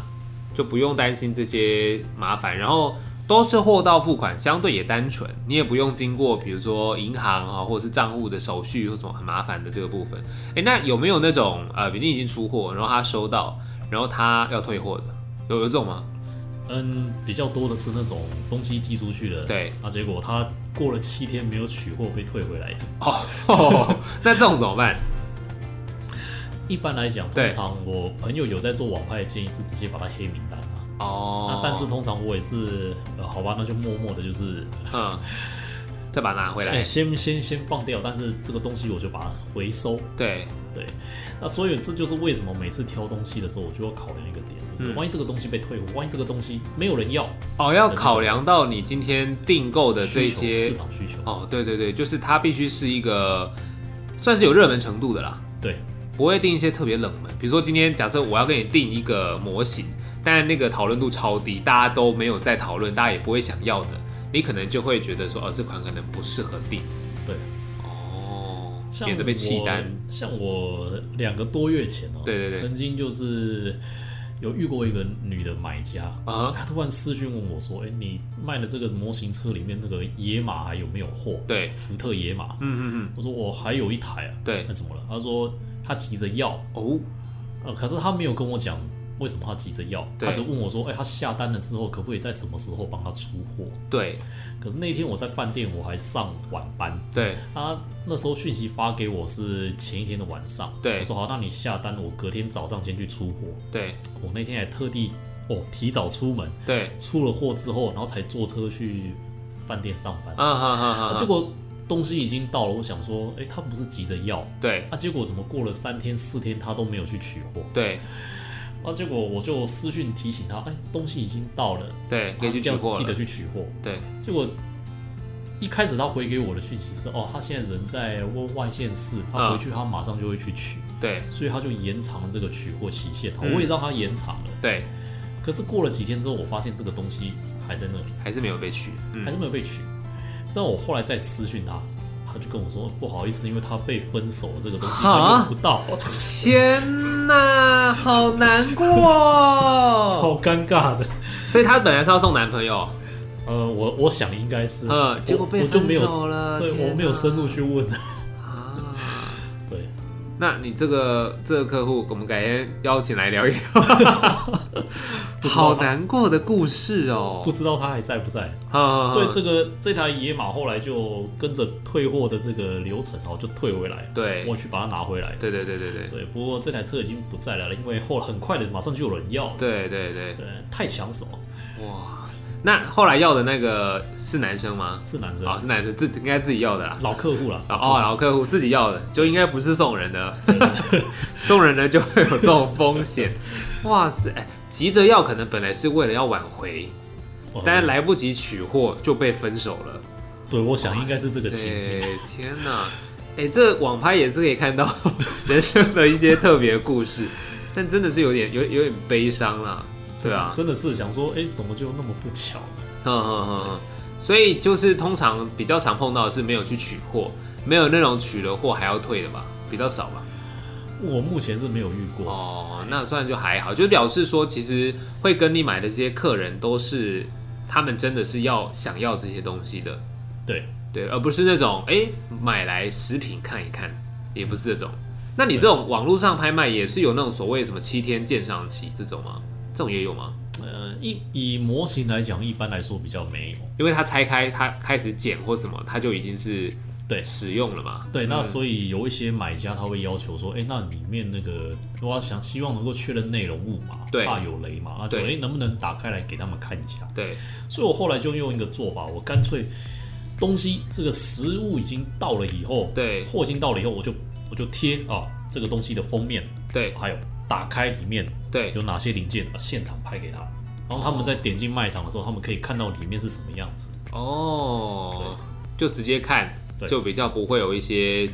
B: 就不用担心这些麻烦，然后都是货到付款，相对也单纯，你也不用经过比如说银行啊、或者是账户的手续或什么很麻烦的这个部分。哎，那有没有那种呃，比如你已经出货，然后他收到，然后他要退货的，有有这种吗？
A: 嗯，比较多的是那种东西寄出去了，
B: 对
A: 啊，结果他过了七天没有取货被退回来。
B: 哦，那这种怎么办？
A: 一般来讲，
B: 对
A: 通常我朋友有在做网拍的建议是直接把它黑名单啊。
B: 哦
A: 那，但是通常我也是，呃，好吧，那就默默的，就是
B: 嗯，再把它拿回
A: 哎
B: 来，
A: 先先先放掉，但是这个东西我就把它回收。
B: 对，
A: 对，那所以这就是为什么每次挑东西的时候，我就要考量一个点，就是
B: 嗯
A: 万一这个东西被退货，万一这个东西没有人要，
B: 哦，要考量到你今天订购的这
A: 需求
B: 些
A: 市场需求，
B: 哦，对对对，就是它必须是一个算是有热门程度的啦，
A: 对，
B: 不会定一些特别冷门。比如说今天假设我要跟你定一个模型，但那个讨论度超低，大家都没有在讨论，大家也不会想要的，你可能就会觉得说，哦，这款可能不适合定
A: 对。
B: 哦，
A: 像
B: 免得被弃
A: 我
B: 单。
A: 像我两个多月前哦、
B: 对对对
A: 曾经就是有遇过一个女的买家
B: 啊哈
A: 她突然私讯问我说：“哎、你卖的这个模型车里面那个野马还有没有货？”
B: 对
A: 福特野马。
B: 嗯嗯嗯，
A: 我说我还有一台啊。
B: 对
A: 那怎么了？她说她急着要，
B: 哦，
A: 呃，可是她没有跟我讲。为什么她急着要？
B: 对
A: 她只问我说：“哎、她下单了之后，可不可以在什么时候帮她出货
B: 对？”
A: 可是那天我在饭店，我还上晚班，
B: 对
A: 他那时候讯息发给我是前一天的晚上，
B: 对
A: 我说好，那你下单，我隔天早上先去出货。
B: 对
A: 我那天还特地哦提早出门，
B: 对，
A: 出了货之后，然后才坐车去饭店上班。
B: 啊哈哈哈
A: 啊
B: 哈，
A: 结果东西已经到了，我想说，哎，他不是急着要
B: 对
A: 啊？结果怎么过了三天四天他都没有去取货？
B: 对
A: 啊，结果我就私讯提醒他，哎，东西已经到了，
B: 对，可以去
A: 啊
B: 取
A: 要
B: 货
A: 记得
B: 了，
A: 去取货。
B: 对
A: 结果一开始他回给我的讯息是，哦，他现在人在外外县市，
B: 啊
A: 他回去他马上就会去取，
B: 对
A: 所以他就延长这个取货期限。哦
B: 嗯
A: 我也让他延长了，
B: 对，
A: 可是过了几天之后，我发现这个东西还在那里，
B: 还是没有被取，
A: 还
B: 嗯，
A: 是没有被取。但我后来再私讯他。他就跟我说不好意思，因为他被分手了，这个东西他
B: 哈
A: 用不到，
B: 天哪，好难过哦
A: 超尴尬的。
B: 所以她本来是要送男朋友，
A: 呃，我我想应该是，
B: 嗯
A: 我
B: 结果被
A: 我就没有
B: 分手了
A: 对
B: 天
A: 我没有
B: 哪
A: 深入去问。
B: 啊
A: 对，
B: 那你这个这个客户，我们改天邀请来聊一聊，
A: 不知道
B: 好
A: 他
B: 难过的故事哦
A: 不。知道他还在不在。
B: 啊
A: 所以这个这台野马后来就跟着退货的这个流程哦，就退回来，
B: 对
A: 我去把它拿回来。
B: 对对对对对
A: 对，不过这台车已经不在了，因为后来很快的马上就有人要了。
B: 对对对
A: 对，太抢手了。
B: 对，哇！那后来要的那个是男生吗？
A: 是男生
B: 哦，是男生，自应该自己要的啦。
A: 老客户了，
B: 哦，然后客户自己要的，就应该不是送人的， 送人的就会有这种风险。哇塞，哎急着要可能本来是为了要挽回，
A: 哦
B: 但是来不及取货就被分手了。
A: 对，我想应该是这个情景。
B: 对，天哪！哎、这网拍也是可以看到 人生的一些特别故事，但真的是有点有有点悲伤啦。对啊，
A: 真的是想说，哎、怎么就那么不巧呢？
B: 嗯嗯嗯嗯，所以就是通常比较常碰到的是没有去取货，没有那种取了货还要退的吧，比较少吧。
A: 我目前是没有遇过，
B: 哦，那算就还好，就表示说其实会跟你买的这些客人都是他们真的是要想要这些东西的，
A: 对，
B: 对，而不是那种哎、诶买来食品看一看，也不是这种。那你这种网络上拍卖也是有那种所谓什么七天鉴赏期这种吗？这种也有吗？
A: 呃，一以模型来讲，一般来说比较没有。
B: 因为它拆开，它开始剪或什么，它就已经是
A: 对
B: 使用了嘛。
A: 对，那所以有一些买家他会要求说，哎、那里面那个我要想希望能够确认内容物嘛，
B: 对
A: 怕有雷嘛，那就哎、
B: 对
A: 诶能不能打开来给他们看一下？
B: 对，
A: 所以我后来就用一个做法，我干脆东西这个食物已经到了以后，
B: 对
A: 货已经到了以后，我就我就贴啊这个东西的封面，
B: 对，
A: 还有打开里面
B: 对
A: 有，哪些零件，啊现场拍给他，然后他们在点进卖场的时候，他们可以看到里面是什么样子。
B: 哦，就直接看，
A: 对
B: 就比较不会有一些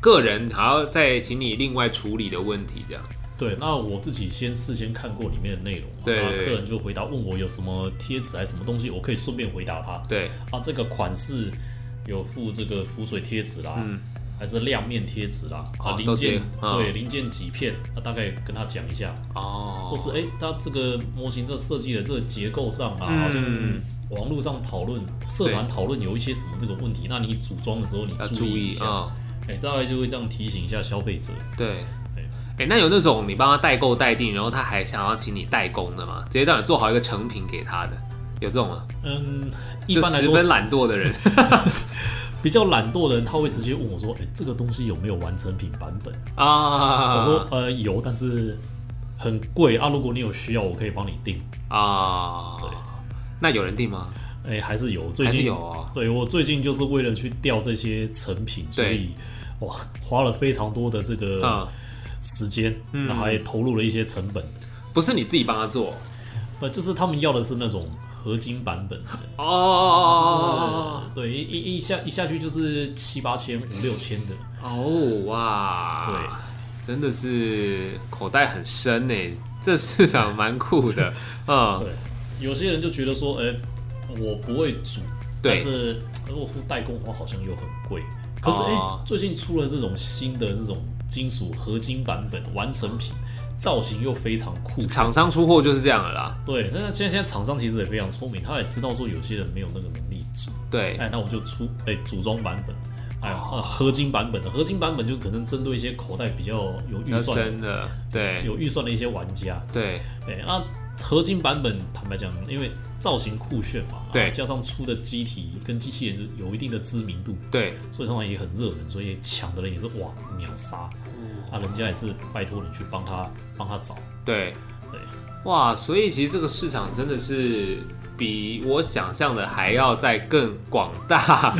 B: 个人还要再请你另外处理的问题这样。
A: 对，那我自己先事先看过里面的内容嘛，
B: 对
A: 那
B: 对
A: 客
B: 对
A: 人就回答问我有什么贴纸还是什么东西，我可以顺便回答他。
B: 对，
A: 啊，这个款式有附这个浮水贴纸啦，还是亮面贴纸啦，
B: 哦
A: 啊，零
B: 嗯都
A: 件
B: 贴、嗯
A: 对零件几片，那、大概跟他讲一下，
B: 哦，
A: 或是哎，它这个模型这设计的这个结构上啊，好像
B: 嗯
A: 网络上讨论、社团讨论有一些什么这个问题，那你组装的时候你
B: 要
A: 注
B: 注
A: 意一
B: 意
A: 下，
B: 啊、
A: 哎、大概就会这样提醒一下消费者。
B: 对
A: 对。
B: 哎、那有那种你帮他代购代订，然后他还想要请你代工的吗？直接让你做好一个成品给他的，有这种吗？
A: 嗯，一般来
B: 就
A: 说
B: 十分懒惰 的人，
A: 比较懒惰的人，他会直接问我说：“哎、这个东西有没有完成品版本？”
B: 啊，
A: 我说：“呃，有，但是很贵啊。如果你有需要，我可以帮你订。
B: 啊，
A: 对
B: 那有人订吗？
A: 哎、还是有，最
B: 还是
A: 近
B: 有哦，
A: 对我最近就是为了去调这些成品，所以哇，花了非常多的这个
B: 啊、
A: 时间，
B: 嗯
A: 然后还投入了一些成本。
B: 不是你自己帮他做
A: 呃，就是他们要的是那种合金版本的，
B: 哦
A: 就是呃对一一一下一下去就是七八千、五六千的，
B: 哦哇，
A: 对。”
B: 真的是口袋很深呢， 这市场蛮酷的，嗯，
A: 对，有些人就觉得说，哎、我不会煮，
B: 对
A: 但是呃我付代工的话好像又很贵。可是哎、
B: 哦
A: 最近出了这种新的那种金属合金版本完成品，造型又非常酷。
B: 厂商出货就是这样了啦，
A: 对，那现在现在厂商其实也非常聪明，他也知道说有些人没有那个能力煮，
B: 对哦
A: 哎，那我就出哎组装版本，哎、呃合金版本的合金版本就可能针对一些口袋比较有
B: 比较
A: 预算
B: 深的，对
A: 有预算的一些玩家，
B: 对
A: 对，那合金版本，坦白讲，因为造型酷炫嘛，啊
B: 对
A: 然后加上出的机体跟机器人就有一定的知名度，
B: 对，
A: 所以通常也很热门，所以抢的人也是哇秒杀，
B: 嗯
A: 啊，人家也是拜托你去帮他帮他找，
B: 对，
A: 对，
B: 哇，所以其实这个市场真的是比我想象的还要再更广大。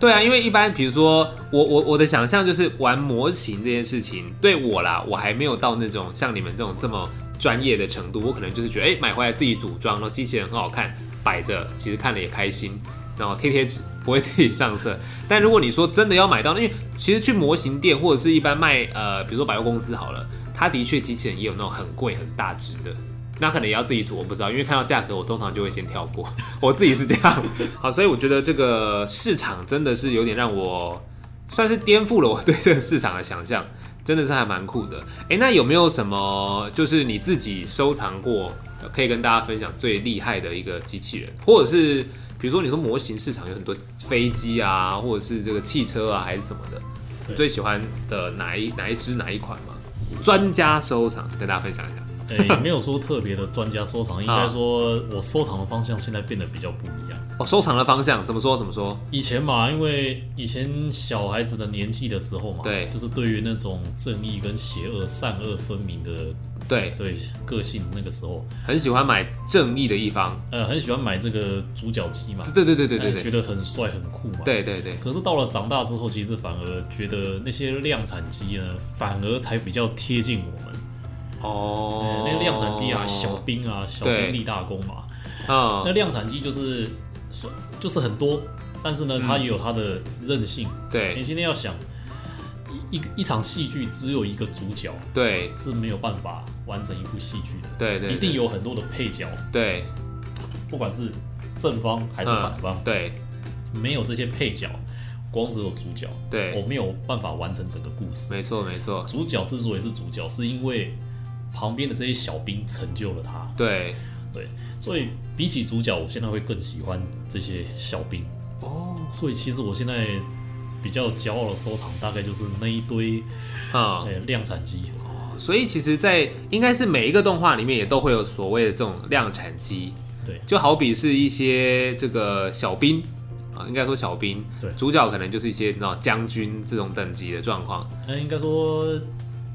B: 对啊，因为一般比如说我我我的想象就是玩模型这件事情，对我啦，我还没有到那种像你们这种这么专业的程度，我可能就是觉得哎、买回来自己组装，然后机器人很好看，摆着其实看了也开心。然后贴贴纸 不会自己上色，但如果你说真的要买到，因为其实去模型店或者是一般卖呃，比如说百货公司好了，它的确机器人也有那种很贵很大只的，那可能也要自己组，我不知道，因为看到价格我通常就会先跳过， 我自己是这样。好，所以我觉得这个市场真的是有点让我算是颠覆了我对这个市场的想象，真的是还蛮酷的。诶，那有没有什么就是你自己收藏过，呃可以跟大家分享最厉害的一个机器人，或者是比如说你说模型市场有很多飞机啊，或者是这个汽车啊，还是什么的，你
A: 对
B: 最喜欢的哪一哪一支哪一款吗？专家收藏跟大家分享一下。
A: 哎、也没有说特别的专家收藏，应该
B: 啊
A: 说我收藏的方向现在变得比较不一样。
B: 哦，收藏的方向怎么说？怎么说？
A: 以前嘛，因为以前小孩子的年纪的时候嘛，
B: 对
A: 就是对于那种正义跟邪恶、善恶分明的
B: 对，
A: 对个性那个时候，
B: 很喜欢买正义的一方，
A: 呃，很喜欢买这个主角机嘛，
B: 对对对对
A: 哎
B: 对
A: 觉
B: 对
A: 得很帅很酷嘛。。
B: 对对对，
A: 可是到了长大之后，其实反而觉得那些量产机呢，反而才比较贴近我们。
B: 哦，
A: 那个量产机啊，小兵啊，小
B: 对
A: 兵立大功嘛。
B: 啊
A: 那，量产机就是说就是很多，但是呢，它也有它的韧性。你
B: 嗯对
A: 今天要想一一一场戏剧只有一个主角
B: 对
A: 是没有办法完成一部戏剧的，
B: 对对，
A: 一定
B: 对
A: 有很多的配角，
B: 对，
A: 不管是正方还是
B: 嗯
A: 反方，
B: 对
A: 没有这些配角，光只有主角，我
B: 嗯对，
A: 没有办法完成整个故事。
B: 没错没错，
A: 主角之所以是主角，是因为旁边的这些小兵成就了他，
B: 对
A: 对，所以比起主角，我现在会更喜欢这些小兵。
B: 哦，
A: 所以其实我现在比较骄傲的收藏，大概就是那一堆
B: 啊
A: 呃，量产机。
B: 所以其实，在应该是每一个动画里面也都会有所谓的这种量产机，
A: 对
B: 就好比是一些这个小兵啊，应该说小兵，
A: 对
B: 主角可能就是一些你知道将军这种等级的状况，
A: 呃，应该说，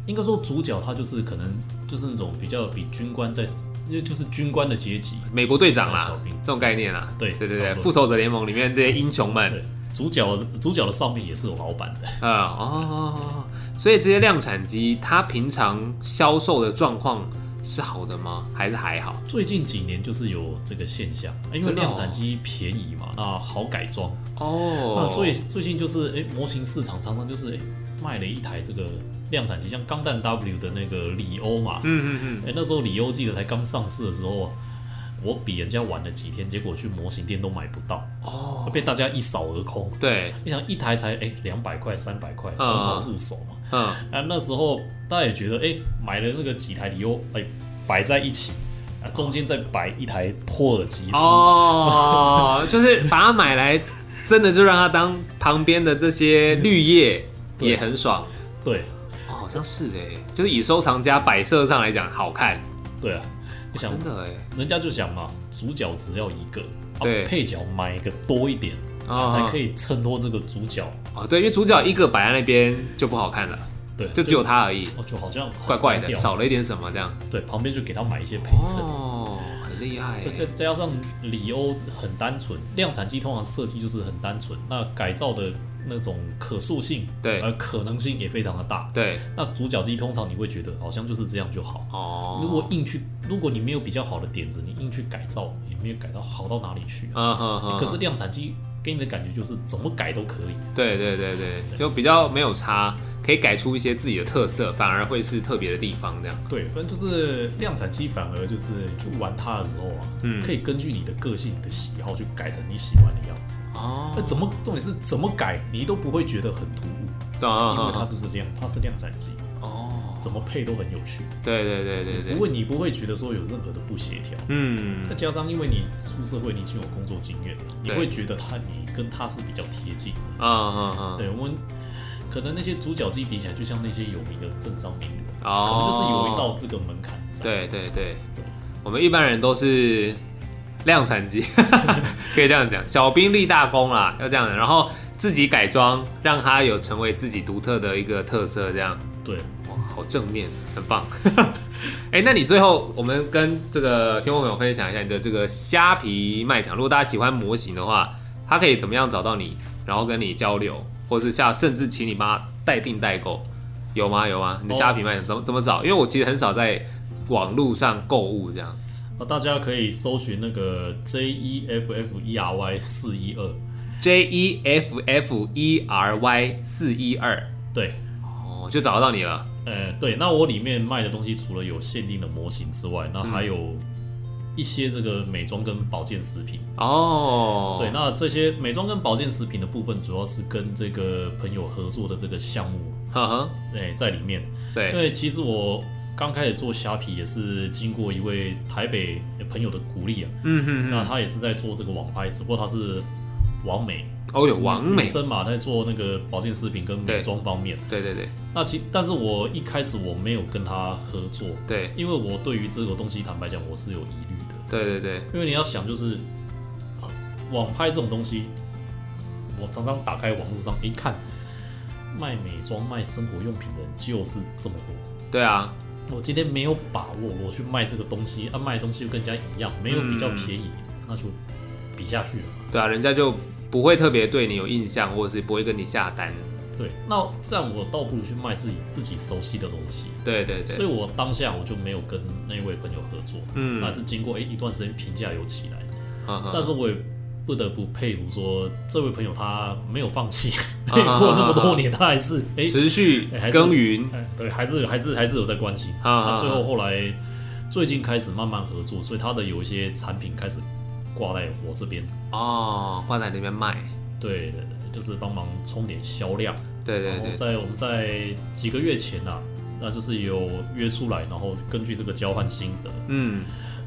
A: 应该说主角他就是可能就是那种比较比军官在，因为就是军官的阶级。
B: 美国队长
A: 小
B: 啦
A: 兵，
B: 这种概念啦，
A: 对
B: 对对
A: 差
B: 对，
A: 不多
B: 复仇者联盟里面这些英雄们，
A: 对，主角主角的上面也是有老板的。
B: 啊哦，所以这些量产机它平常销售的状况是好的吗？还是还好？
A: 最近几年就是有这个现象，哎因为
B: 真的哦
A: 量产机便宜嘛，那好改装，
B: 哦，
A: 那啊所以最近就是哎、模型市场常常就是哎、卖了一台这个量产机，像钢弹 W 的那个里欧嘛，
B: 嗯嗯嗯，
A: 哎、那时候里欧记得才刚上市的时候，啊我比人家晚了几天，结果去模型店都买不到，
B: 哦，
A: 被大家一扫而空。
B: 对，
A: 你想一台才哎两百块三百块，很
B: 嗯
A: 好入手嘛。
B: 嗯，
A: 啊，那时候大家也觉得哎、买了那个几台里欧哎摆在一起，啊中间再摆一台托尔吉斯，
B: 哦，就是把它买来，真的就让它当旁边的这些绿叶
A: 对
B: 也很爽。
A: 对
B: 哦，好像是哎，就是以收藏家摆设上来讲，好看，
A: 对啊，你想
B: 真的哎，
A: 人家就想嘛，主角只要一个，啊
B: 对
A: 配角买一个多一点，
B: 哦
A: 啊才可以衬托这个主角，
B: 哦，对，因为主角一个摆在那边就不好看了，
A: 对，
B: 就只有他而已，
A: 哦，就好像很
B: 怪怪的，
A: 单调
B: 少了一点什么这样。
A: 对，旁边就给他买一些陪衬。
B: 哦，很厉害
A: 就
B: 欸。
A: 再再加上里欧很单纯，量产机通常设计就是很单纯，那改造的那种可塑性，
B: 对
A: 呃，可能性也非常的大。
B: 对，
A: 那主角机通常你会觉得好像就是这样就好。
B: 哦，
A: 如果硬去，如果你没有比较好的点子，你硬去改造，也没有改到好到哪里去啊、
B: 嗯哼哼，
A: 可是量产机给你的感觉就是怎么改都可以。
B: 对对对对，就比较没有差，可以改出一些自己的特色，反而会是特别的地方这样。
A: 对，反正就是量产机，反而就是你去玩它的时候啊，
B: 嗯
A: 可以根据你的个性、你的喜好去改成你喜欢的样子。那
B: 哦，
A: 怎么重点是怎么改，你都不会觉得很突兀，
B: 懂
A: 因为
B: 啊
A: 它就是量，它是量产机，
B: 哦，
A: 怎么配都很有趣，
B: 对对对对对
A: 不会你不会觉得说有任何的不协调。
B: 嗯
A: 再，加上因为你出社会，你已经有工作经验了，你
B: 对
A: 会觉得它你跟它是比较贴近的。
B: 啊啊啊，
A: 对我们可能那些主角机比起来，就像那些有名的政商名流，可能就
B: 哦，
A: 是有一道这个门槛在。
B: 对对对
A: 对，
B: 我们一般人都是量产机， 可以这样讲，小兵立大功啦，要这样的，然后自己改装，让它有成为自己独特的一个特色，这样。
A: 对，
B: 哇，好正面，很棒。 哎、那你最后我们跟这个听众朋友分享一下你的这个虾皮卖场，如果大家喜欢模型的话，他可以怎么样找到你，然后跟你交流，或是下甚至请你帮他代订代购，有吗？有吗？你的
A: 哦
B: 虾皮卖场怎么怎么找？因为我其实很少在网络上购物这样。
A: 那大家可以搜寻那个 J E F F E R Y 四一二，
B: J E F F E R Y 四一二，
A: 对，
B: 哦，就找得到你了。
A: 呃，对，那我里面卖的东西除了有限定的模型之外，那还有一些这个美妆跟保健食品。
B: 哦，
A: 对，那这些美妆跟保健食品的部分，主要是跟这个朋友合作的这个项目，
B: 呵呵，
A: 哎、在里面。因
B: 对，
A: 为其实我刚开始做虾皮也是经过一位台北朋友的鼓励啊，
B: 嗯哼
A: 那他也是在做这个网拍，只不过他是网美，
B: 哼，哦有王美
A: 女，生嘛，在做那个保健食品跟美
B: 对
A: 妆方面。
B: 对对对
A: 那其但是我一开始我没有跟他合作，
B: 对
A: 因为我对于这个东西坦白讲我是有疑虑的，
B: 对对对，
A: 因为你要想就是，啊网拍这种东西，我常常打开网络上一看，卖美妆、卖生活用品的人就是这么多，
B: 对啊，
A: 我今天没有把握，我去卖这个东西，啊，卖的东西又跟人家一样，没有比较
B: 嗯
A: 便宜，那就比下去了。
B: 对啊，人家就不会特别对你有印象，或者是不会跟你下单。
A: 对，那这样我倒不如去卖自己自己熟悉的东西。
B: 对对
A: 所以
B: 对，
A: 我当下我就没有跟那位朋友合作，
B: 嗯
A: 但是经过诶一段时间评价有起来，
B: 嗯哼
A: 但是我也不得不佩服说这位朋友他没有放
B: 啊
A: 弃， 过了那么多年他还是诶
B: 持续
A: 哎还是
B: 耕耘，
A: 哎，对，还是还是还是有在关心。
B: 啊啊
A: 那最
B: 啊
A: 后后来最近开始慢慢合作，所以他的有一些产品开始挂在我这边，
B: 哦，挂在那边卖。
A: 对对对，就是帮忙冲点销量。
B: 对对
A: 然后
B: 对，
A: 哦在我们在几个月前啊，那就是有约出来，然后根据这个交换心得，
B: 嗯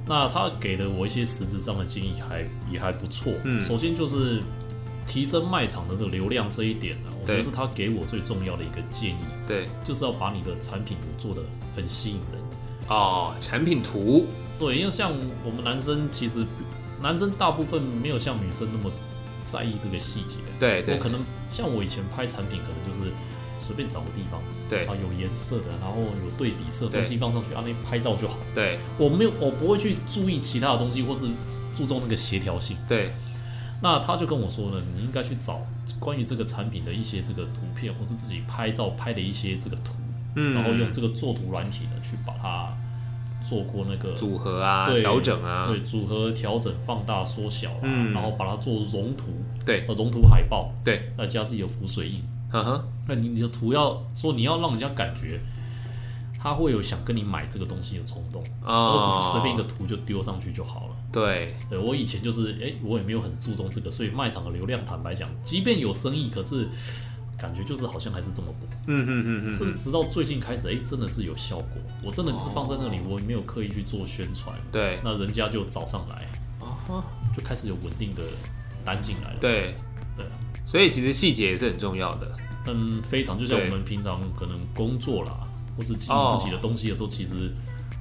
A: 那他给的我一些实质上的建议还也还不错。
B: 嗯
A: 首先就是提升卖场的这个流量这一点呢、我觉
B: 对
A: 得是他给我最重要的一个建议，
B: 对，
A: 就是要把你的产品做的很吸引人。
B: 哦，产品图，
A: 对，因为像我们男生，其实男生大部分没有像女生那么在意这个细节。
B: 对对
A: 我可能像我以前拍产品，可能就是随便找个地方，
B: 对
A: 啊，有颜色的，然后有对比色的
B: 对
A: 东西放上去，啊，那拍照就好。
B: 对
A: 我没有，我不会去注意其他的东西，或是注重那个协调性。
B: 对，
A: 那他就跟我说呢，你应该去找关于这个产品的一些这个图片，或是自己拍照拍的一些这个图，
B: 嗯
A: 然后用这个作图软体呢去把它做过那个
B: 组合啊，
A: 对
B: 调整啊，
A: 对，组合调整、放大、缩小啦，
B: 嗯哎
A: 然后把它做融图，
B: 对
A: 呃，融图海报，
B: 对，
A: 再加自己的浮水印。
B: 嗯哼，
A: 那你你的图要说你要让人家感觉他会有想跟你买这个东西的冲动，
B: 啊
A: 而不是随便一个图就丢上去就好了。
B: 哦对
A: 对我以前就是，哎、我也没有很注重这个，所以卖场的流量，坦白讲，即便有生意，可是感觉就是好像还是这么多。
B: 嗯哼哼哼，
A: 甚至直到最近开始，哎、真的是有效果。我真的就是放在那里，我也没有刻意去做宣传，
B: 对
A: 那人家就找上来，就开始有稳定的单进来了。
B: 对，
A: 对啊，
B: 所以其实细节也是很重要的。
A: 嗯，非常就像我
B: 对
A: 们平常可能工作啦，或是经营自己的东西的时候，其实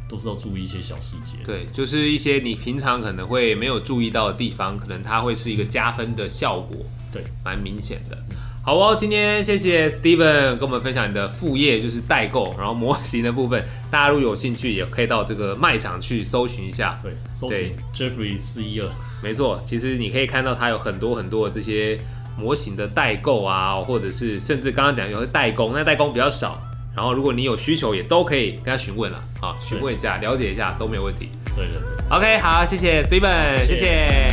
A: 都是要注意一些小细节。
B: 对，就是一些你平常可能会没有注意到的地方，可能它会是一个加分的效果，
A: 对，
B: 蛮明显的。好哦，今天谢谢 Steven 跟我们分享你的副业就是代购，然后模型的部分，大家如果有兴趣也可以到这个卖场去搜寻一下。
A: 对，搜
B: 对
A: 寻 Jeffrey E 四一二，
B: 没错，其实你可以看到它有很多很多的这些模型的代购啊，或者是甚至刚刚讲有些代工，那代工比较少。然后如果你有需求，也都可以跟他询问了啊，询问一下，了解一下都没有问题。
A: 对对对。
B: OK，好，谢谢 Steven，谢
A: 谢
B: 谢。
A: 谢